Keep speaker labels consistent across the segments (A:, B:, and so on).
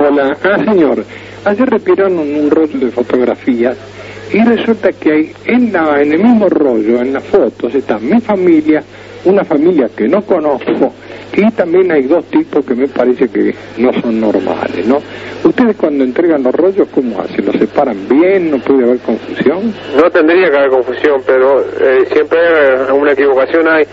A: Hola. Ah, señor. Ayer retiraron un rollo de fotografías y resulta que hay en, la, en el mismo rollo, en las fotos, está mi familia, una familia que no conozco, y también hay dos tipos que me parece que no son normales, ¿no? ¿Ustedes cuando entregan los rollos cómo hacen? ¿Los separan bien? ¿No puede haber confusión?
B: No tendría que haber confusión, pero eh, siempre eh, una equivocación hay.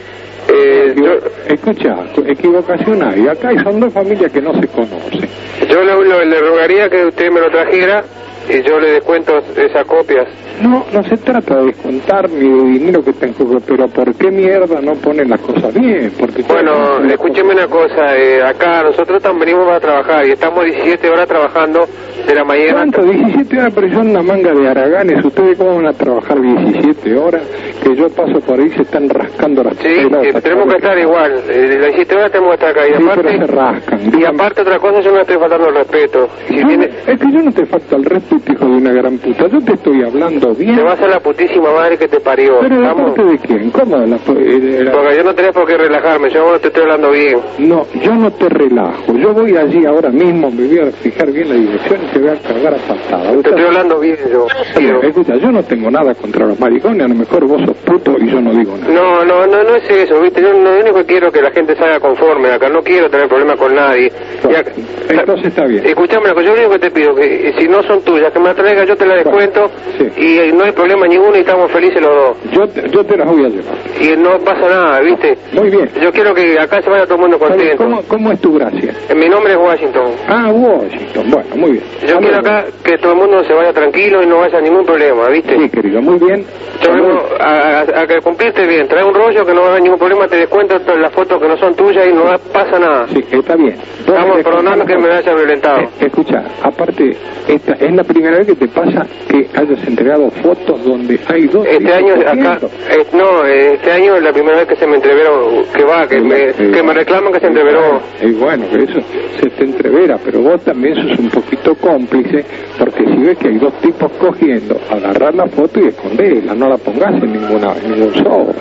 B: Eh,
A: Equivo-
B: yo-
A: Escucha, equivocación hay. Acá son dos familias que no se conocen.
B: Yo le, le- le rogaría que usted me lo trajera y yo le descuento esas copias.
A: No, no se trata de descontar ni de dinero que tengo, pero ¿por qué mierda no ponen las cosas bien? Porque
B: Bueno, escúcheme una cosa, eh, acá nosotros tam- venimos a trabajar y estamos 17 horas trabajando de la mañana.
A: ¿Cuánto? 17 horas, pero son una manga de haraganes. ¿Ustedes cómo van a trabajar 17 horas? Que yo paso por ahí, se están rascando las
B: Sí, eh, tenemos que estar igual, eh, de las 17 horas tenemos que estar acá y
A: Sí,
B: aparte,
A: pero se rascan.
B: y aparte otra cosa yo no estoy faltando el respeto. Si
A: Yo-
B: viene,
A: Es que yo no te falta el respeto, hijo de una gran puta. Yo te estoy hablando bien.
B: te vas a la putísima madre que te parió.
A: ¿Pero de
B: ¿estamos?
A: parte de quién? ¿Cómo? de la- eh, de la-
B: Porque yo no tenés por qué relajarme, yo a vos no te estoy hablando bien.
A: No, yo no te relajo. Yo voy allí ahora mismo, me voy a fijar bien la dirección y te voy a cagar a patada.
B: Te estoy hablando bien yo. tío.
A: Escucha, yo no tengo nada contra los maricones, a lo mejor vos sos puto y yo no digo nada.
B: No, no, no, no es eso, viste, yo no, lo único que quiero es que la gente salga conforme acá, no quiero tener problemas con nadie. Y acá-
A: Entonces está bien.
B: Escuchame, lo que yo lo único que te pido, que eh, si no son tuyas, que me las traigas, yo te las descuento
A: Sí.
B: y eh, no hay problema ninguno y estamos felices los dos.
A: Yo te, yo te las voy a llevar.
B: Y no pasa nada, viste.
A: Muy bien.
B: Yo quiero que acá se vaya todo el mundo
A: ¿Sabes
B: contento.
A: ¿Cómo, ¿Cómo es tu gracia?
B: Eh, Mi nombre es Washington.
A: Ah, Washington. Bueno, muy bien.
B: Yo quiero acá que todo el mundo se vaya tranquilo y no haya ningún problema, viste.
A: Sí, querido, muy bien.
B: Yo vengo a, a- a que cumpliste bien, trae un rollo que no va a haber ningún problema, te descuento todas las fotos que no son tuyas y no va- pasa nada.
A: Sí, está bien. Vos
B: Vamos,
A: me
B: perdoname que me haya violentado.
A: Eh, escucha, aparte, esta es la primera vez que te pasa que hayas entregado fotos donde hay dos.
B: Este año acá,
A: discutiendo.
B: eh, no, eh, este año es la primera vez que se me entreveró, que va, que me,
A: Sí.
B: que me reclaman que se entreveró.
A: Y eh, bueno, que eso se te entrevera, pero vos también sos un poquito cómplice, porque si ves que hay dos tipos cogiendo, agarrar la foto y esconderla, no la pongas en, ninguna, en ningún sobre.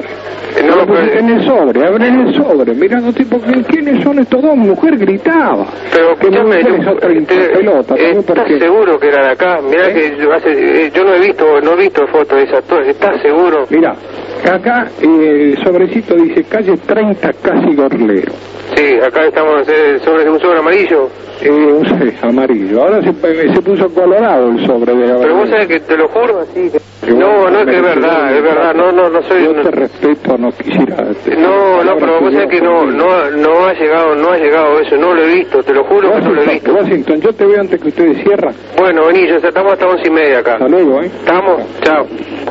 B: Eh, No,
A: la
B: pero,
A: pongas en el sobre, abre el sobre, mirá los tipos, ¿quién- ¿quiénes son estos dos? Mujer gritaba.
B: pero
A: que no
B: escúchame,
A: mujeres
B: yo-
A: otra
B: te-
A: pelota, también
B: ¿estás
A: porque...
B: seguro que era de acá? Mirá
A: ¿Eh?
B: que yo, hace- eh, yo no he visto, no he visto fotos de esas, todas. ¿estás seguro?
A: Mira, acá eh, el sobrecito dice calle 30 casi gorlero.
B: Sí, acá estamos eh, sobre un sobre amarillo.
A: Eh, un sobre amarillo. Ahora se, eh, se puso colorado el sobre de la
B: Pero vos
A: verdad.
B: sabés que te lo juro así. que-
A: Que
B: No,
A: bueno,
B: no es que es
A: me-
B: verdad, es verdad, no, no, no soy...
A: Yo te
B: no-
A: respeto, no quisiera...
B: No, no, pero vos sabés que no, no, no ha llegado, no ha llegado eso, no lo he visto, te lo juro que no lo he
A: Washington,
B: visto.
A: Washington, yo te veo antes que ustedes cierran.
B: Bueno, vení, ya estamos hasta once y media acá.
A: Hasta luego, ¿eh?
B: Estamos, chao.